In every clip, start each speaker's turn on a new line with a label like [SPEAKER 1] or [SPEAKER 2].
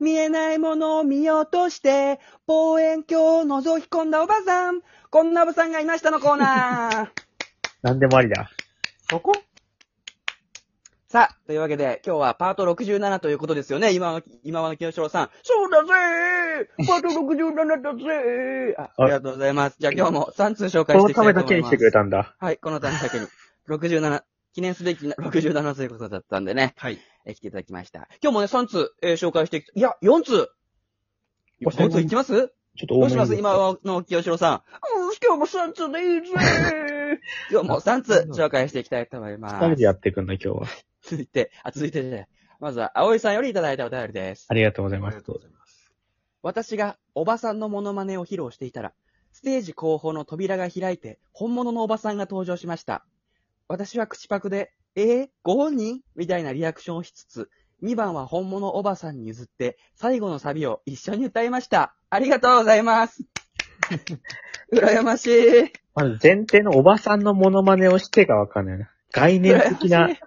[SPEAKER 1] 見えないものを見ようとして、望遠鏡を覗き込んだおばさん。こんなおばさんがいましたのコーナー。
[SPEAKER 2] なんでもありだ。
[SPEAKER 1] そこさあ、というわけで、今日はパート67ということですよね、今の、今の清志郎さん。そうだぜーパート67だぜーあありがとうございます。じゃあ今日も3通紹
[SPEAKER 2] こ
[SPEAKER 1] 介してい
[SPEAKER 2] の
[SPEAKER 1] きたい
[SPEAKER 2] た
[SPEAKER 1] と思います。
[SPEAKER 2] めだけにしてくれたんだ。
[SPEAKER 1] はい、このためだけ に。67、記念すべきな67ということだったんでね、
[SPEAKER 3] はい。
[SPEAKER 1] え来ていただきました。今日もね、3通、えー紹介していき、いや、4通
[SPEAKER 2] あ
[SPEAKER 1] !4 通いきます
[SPEAKER 2] ちょっと
[SPEAKER 1] ど
[SPEAKER 2] 多
[SPEAKER 1] う
[SPEAKER 2] め
[SPEAKER 1] し
[SPEAKER 2] に。
[SPEAKER 1] ます今の清志郎さん。うん、今日も3通でいいぜー 今日も3通紹介していきたいと思います。
[SPEAKER 2] 二人でやってくんの、今日は。
[SPEAKER 1] 続いて、あ、続いてじゃないまずは、葵さんよりいただいたお便りです。
[SPEAKER 2] ありがとうござい
[SPEAKER 3] あ
[SPEAKER 2] ま
[SPEAKER 3] り
[SPEAKER 2] す
[SPEAKER 3] がと。うございます。
[SPEAKER 1] 私がおばさんのモノマネを披露していたら、ステージ後方の扉が開いて、本物のおばさんが登場しました。私は口パクで、えー、ご本人みたいなリアクションをしつつ、2番は本物おばさんに譲って、最後のサビを一緒に歌いました。ありがとうございます。羨ましい。
[SPEAKER 2] まず前提のおばさんのモノマネをしてがわかんないな。概念 的
[SPEAKER 1] 羨ま
[SPEAKER 2] な
[SPEAKER 1] しい、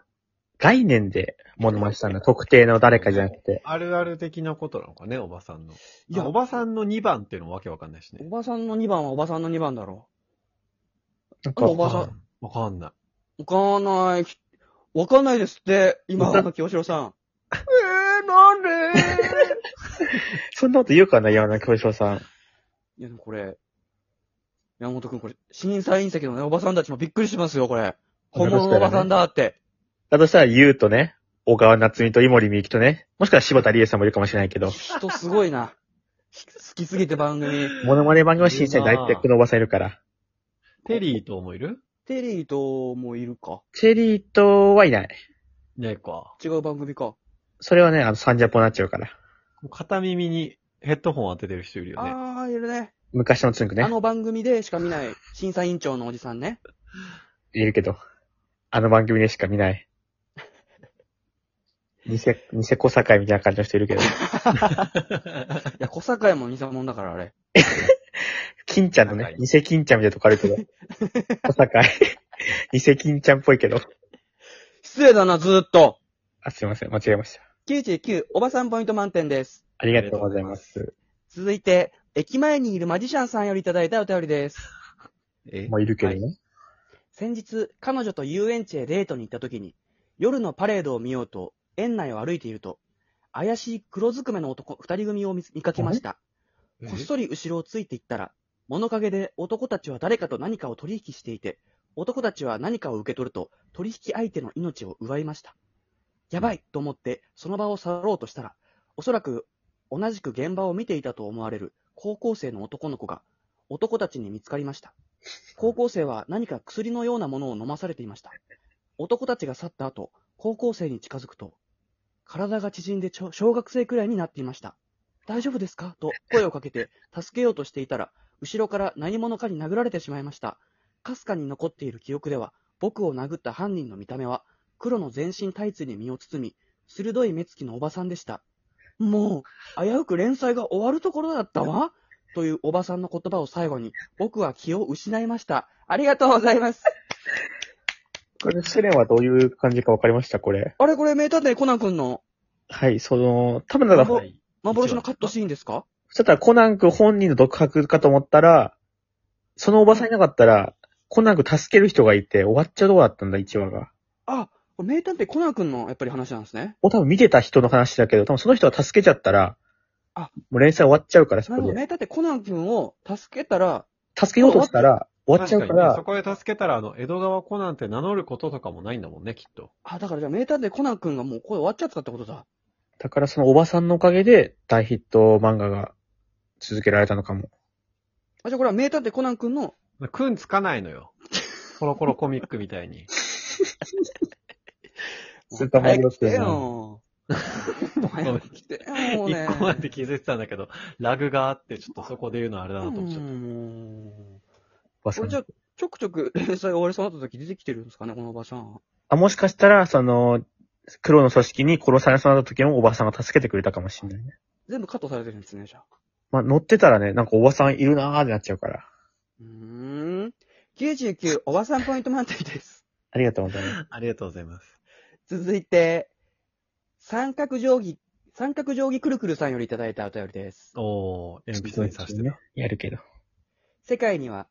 [SPEAKER 2] 概念でモノマネしたんだ。特定の誰かじゃなくて。
[SPEAKER 3] あるある的なことなのかね、おばさんの。
[SPEAKER 1] い
[SPEAKER 3] い
[SPEAKER 1] や
[SPEAKER 3] や、おばさんの2番っていうのもわけわかんないし
[SPEAKER 1] お
[SPEAKER 3] ね。
[SPEAKER 1] ばさんの2番はおばさんの2番だろ
[SPEAKER 2] なん
[SPEAKER 1] おば
[SPEAKER 2] か、
[SPEAKER 1] さん
[SPEAKER 3] ん。わかんな
[SPEAKER 1] わかんない。わかんないですって、今、
[SPEAKER 2] 歌
[SPEAKER 1] 清志郎さん。えー、なんで
[SPEAKER 2] そんなこと言うかな、山田教授さん。
[SPEAKER 1] いや、でもこれ、山本くんこれ、審査員席のね、おばさんたちもびっくりしますよ、これ。本物のおばさんだって。
[SPEAKER 2] だとしたら、ゆうとね、小川夏美と井森美幸とね、もしくは柴田理恵さんもいるかもしれないけど、
[SPEAKER 1] 人すごいな。 ひ好きすぎて番組。
[SPEAKER 2] モノマネ番組の審査に大体このおばさんいるから。
[SPEAKER 3] い。テリーともいる
[SPEAKER 1] テリーともいるか。
[SPEAKER 2] チェリーとはいない。
[SPEAKER 3] いないか。
[SPEAKER 1] 違う番組か。
[SPEAKER 2] それはね、あの、サンジャポになっちゃうから。
[SPEAKER 3] 片耳にヘッドホン当ててる人いるよね。
[SPEAKER 1] あー、いるね。
[SPEAKER 2] 昔のツンク
[SPEAKER 1] あ
[SPEAKER 2] ね、
[SPEAKER 1] の番組でしか見ない 審査委員長のおじさんね。
[SPEAKER 2] いるけど、あの番組でしか見 ない。ニセ、ニセ小堺みたいな感じの人いるけど、
[SPEAKER 1] いや、小堺も偽物だから、あれ。
[SPEAKER 2] 金ちゃんのね、ニセ金ちゃんみたいなとこあるけど、 小堺。ニセ金ちゃんっぽいけど。
[SPEAKER 1] 失礼だな、ずーっと。
[SPEAKER 2] あ、すいません、間違えました。
[SPEAKER 1] 99、おばさんポイント満点です。
[SPEAKER 2] ありがとうございます。
[SPEAKER 1] 続いて、駅前にいるマジシャンさんよりいただいたお便りです。
[SPEAKER 3] え
[SPEAKER 2] もういるけど
[SPEAKER 3] はい
[SPEAKER 2] ね。
[SPEAKER 1] 先日、彼女と遊園地へデートに行った時に、夜のパレードを見ようと、園内を歩いていると、怪しい黒ずくめの男二人組を見見かけました。こっそり後ろをついていったら、物陰で男たちは誰かと何かを取引していて、男たちは何かを受け取ると、取引相手の命を奪いました。やばいと思って、その場を去ろうとしたら、おそらく同じく現場を見ていたと思われる高校生の男の子が、男たちに見つかりました。高校生は何か薬のようなものを飲まされていました。男たちが去った後、高校生に近づくと、体が縮んでちょ小学生くらいになっていました。大丈夫ですかと声をかけて助けようとしていたら、後ろから何者かに殴られてしまいました。かすかに残っている記憶では、僕を殴った犯人の見た目は、黒の全身タイツに身を包み、鋭い目つきのおばさんでした。もう、危うく連載が終わるところだったわというおばさんの言葉を最後に、僕は気を失いました。ありがとうございます。
[SPEAKER 2] これ、試練はどういう感じかわかりましたこれ。
[SPEAKER 1] あれこれ、名探偵コナン君の
[SPEAKER 2] はい、その、多分だから、
[SPEAKER 3] い。
[SPEAKER 1] 幻のカットシーンですか
[SPEAKER 2] そしたらコナン君本人の独白かと思ったら、そのおばさんいなかったら、コナン君助ける人がいて終わっちゃうとこだったんだ、1話が。
[SPEAKER 1] あ、これ名探偵コナン君のやっぱり話なんですね。
[SPEAKER 2] もう多分見てた人の話だけど、多分その人が助けちゃったら、
[SPEAKER 1] あ
[SPEAKER 2] もう連載終わっちゃうから、そ
[SPEAKER 1] なるほ
[SPEAKER 2] こ
[SPEAKER 1] ど。
[SPEAKER 2] で。
[SPEAKER 1] 名探偵コナン君を助けたら、
[SPEAKER 2] 助けようとしたら、終わっちゃうか
[SPEAKER 3] 確にね
[SPEAKER 2] ら
[SPEAKER 3] そ、こで助けたら、あの、江戸川コナンって名乗ることとかもないんだもんね、きっと。
[SPEAKER 1] あ、だからじゃあ名探偵コナン君がもう声終わっちゃったってことだ。
[SPEAKER 2] だからそのおばさんのおかげで大ヒット漫画が続けられたのかも。
[SPEAKER 1] あ、じゃあこれは名探偵コナン君の、
[SPEAKER 3] くんつかないの よ。コロコロコミックみたいに。
[SPEAKER 2] スーパーマリオ
[SPEAKER 1] 来て
[SPEAKER 2] 君
[SPEAKER 1] よ。もう 早く来てよ、も うね
[SPEAKER 3] 一。個まで気づいてたんだけど、ラグがあって、ちょっとそこで言うのはあれだなと思っちゃった。
[SPEAKER 1] うん
[SPEAKER 2] おばさ
[SPEAKER 1] これ
[SPEAKER 2] ん
[SPEAKER 1] じゃあ、ちょくちょく 連載終わりそうになった時出てきてるんですかね、このおばさん。
[SPEAKER 2] あ、もしかしたら、その、黒の組織に殺されそうになった時もおばさんが助けてくれたかもしれないね。
[SPEAKER 1] 全部カットされてるんですね、じゃあ。
[SPEAKER 2] まあ、乗ってたらね、なんかおばさんいるなーってなっちゃうから。
[SPEAKER 1] うーん。99、おばさんポイント満点です。
[SPEAKER 2] ありがとうございます。
[SPEAKER 3] ありがとうございます。
[SPEAKER 1] 続いて、三角定規、三角定規くるくるさんよりいただいたお便りです。
[SPEAKER 3] おー、鉛筆に刺してる。
[SPEAKER 2] ね。やるけど。
[SPEAKER 1] 世界には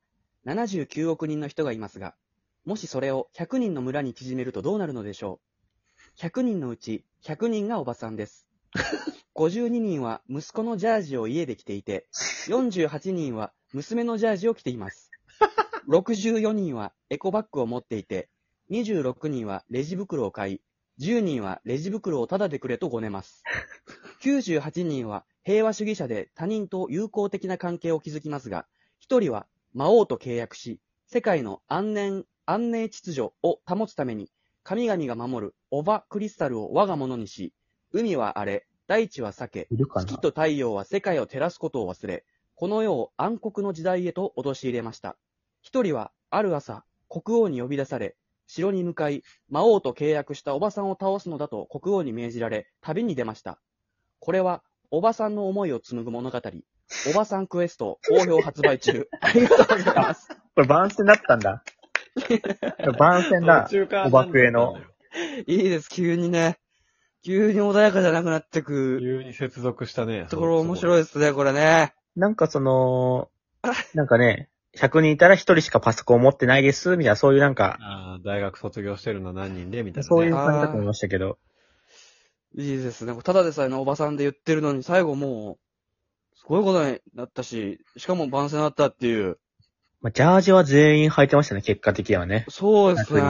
[SPEAKER 1] 79億人の人がいますが、もしそれを100人の村に縮めるとどうなるのでしょう ?100 人のうち100人がおばさんです。52人は息子のジャージを家で着ていて、48人は娘のジャージを着ています。64人はエコバッグを持っていて、26人はレジ袋を買い、10人はレジ袋をタダでくれとごねます。98人は平和主義者で他人と友好的な関係を築きますが、一人は魔王と契約し、世界の安寧、安寧秩序を保つために、神々が守るオバクリスタルを我が物にし、海は荒れ、大地は裂け、
[SPEAKER 2] いるか
[SPEAKER 1] 月と太陽は世界を照らすことを忘れ、この世を暗黒の時代へと陥れました。一人は、ある朝、国王に呼び出され、城に向かい、魔王と契約したおばさんを倒すのだと国王に命じられ、旅に出ました。これは、おばさんの思いを紡ぐ物語、おばさんクエスト、好評発売 中。ありがとうございます。
[SPEAKER 2] これ番宣だったんだ。番宣だ。
[SPEAKER 3] 中間
[SPEAKER 2] おばくえの。
[SPEAKER 1] いいです、急にね。急に穏やかじゃなくなってく
[SPEAKER 3] 急に接続したね。
[SPEAKER 1] ところ面
[SPEAKER 3] い。
[SPEAKER 1] 白いですね、これね。
[SPEAKER 2] なんかその、なんかね、100人いたら1人しかパソコン持ってないです、みたいな、そういうなんか、
[SPEAKER 3] あー大学卒業してるの何人でみたいなね、
[SPEAKER 2] そういう感じだと思いましたけど。
[SPEAKER 1] いいですね。ただでさえのおばさんで言ってるのに、最後もう、すごいことになったし、しかも番宣だったっていう。
[SPEAKER 2] まあ、ジャージは全員履いてましたね、結果的にはね。
[SPEAKER 1] そうです ね。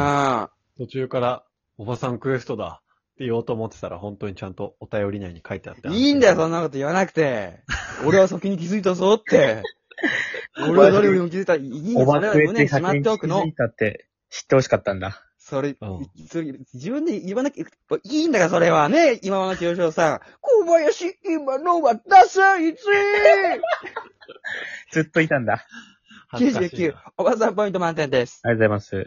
[SPEAKER 3] 途中から、おばさんクエストだって言おうと思ってたら、本当にちゃんとお便り内に書いてあって。
[SPEAKER 1] いいんだよ、そん
[SPEAKER 3] な。
[SPEAKER 1] なこと言わなくて。俺は先に気づいたぞ って。俺は誰よりも気づいた。いいんだ
[SPEAKER 2] お
[SPEAKER 1] よ、そ
[SPEAKER 2] ば
[SPEAKER 1] れは
[SPEAKER 2] くえっ
[SPEAKER 1] 胸
[SPEAKER 2] て
[SPEAKER 1] にしまっ
[SPEAKER 2] 100
[SPEAKER 1] て
[SPEAKER 2] 人
[SPEAKER 1] お
[SPEAKER 2] 気
[SPEAKER 1] くの
[SPEAKER 2] づ。いたって知ってほしかったんだ。
[SPEAKER 1] それ、
[SPEAKER 3] うん
[SPEAKER 1] それ自分で言わなきゃ、いいんだからそれはね、今まで清志郎さん。小林、今のはダサいぜ
[SPEAKER 2] ずっといたんだ。
[SPEAKER 3] 恥ずかしい
[SPEAKER 1] !99
[SPEAKER 3] な。、
[SPEAKER 1] おばさんポイント満点です。
[SPEAKER 2] ありがとうございます。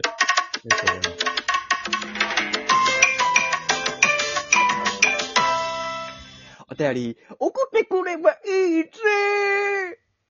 [SPEAKER 1] お便り、送ってくればいいぜ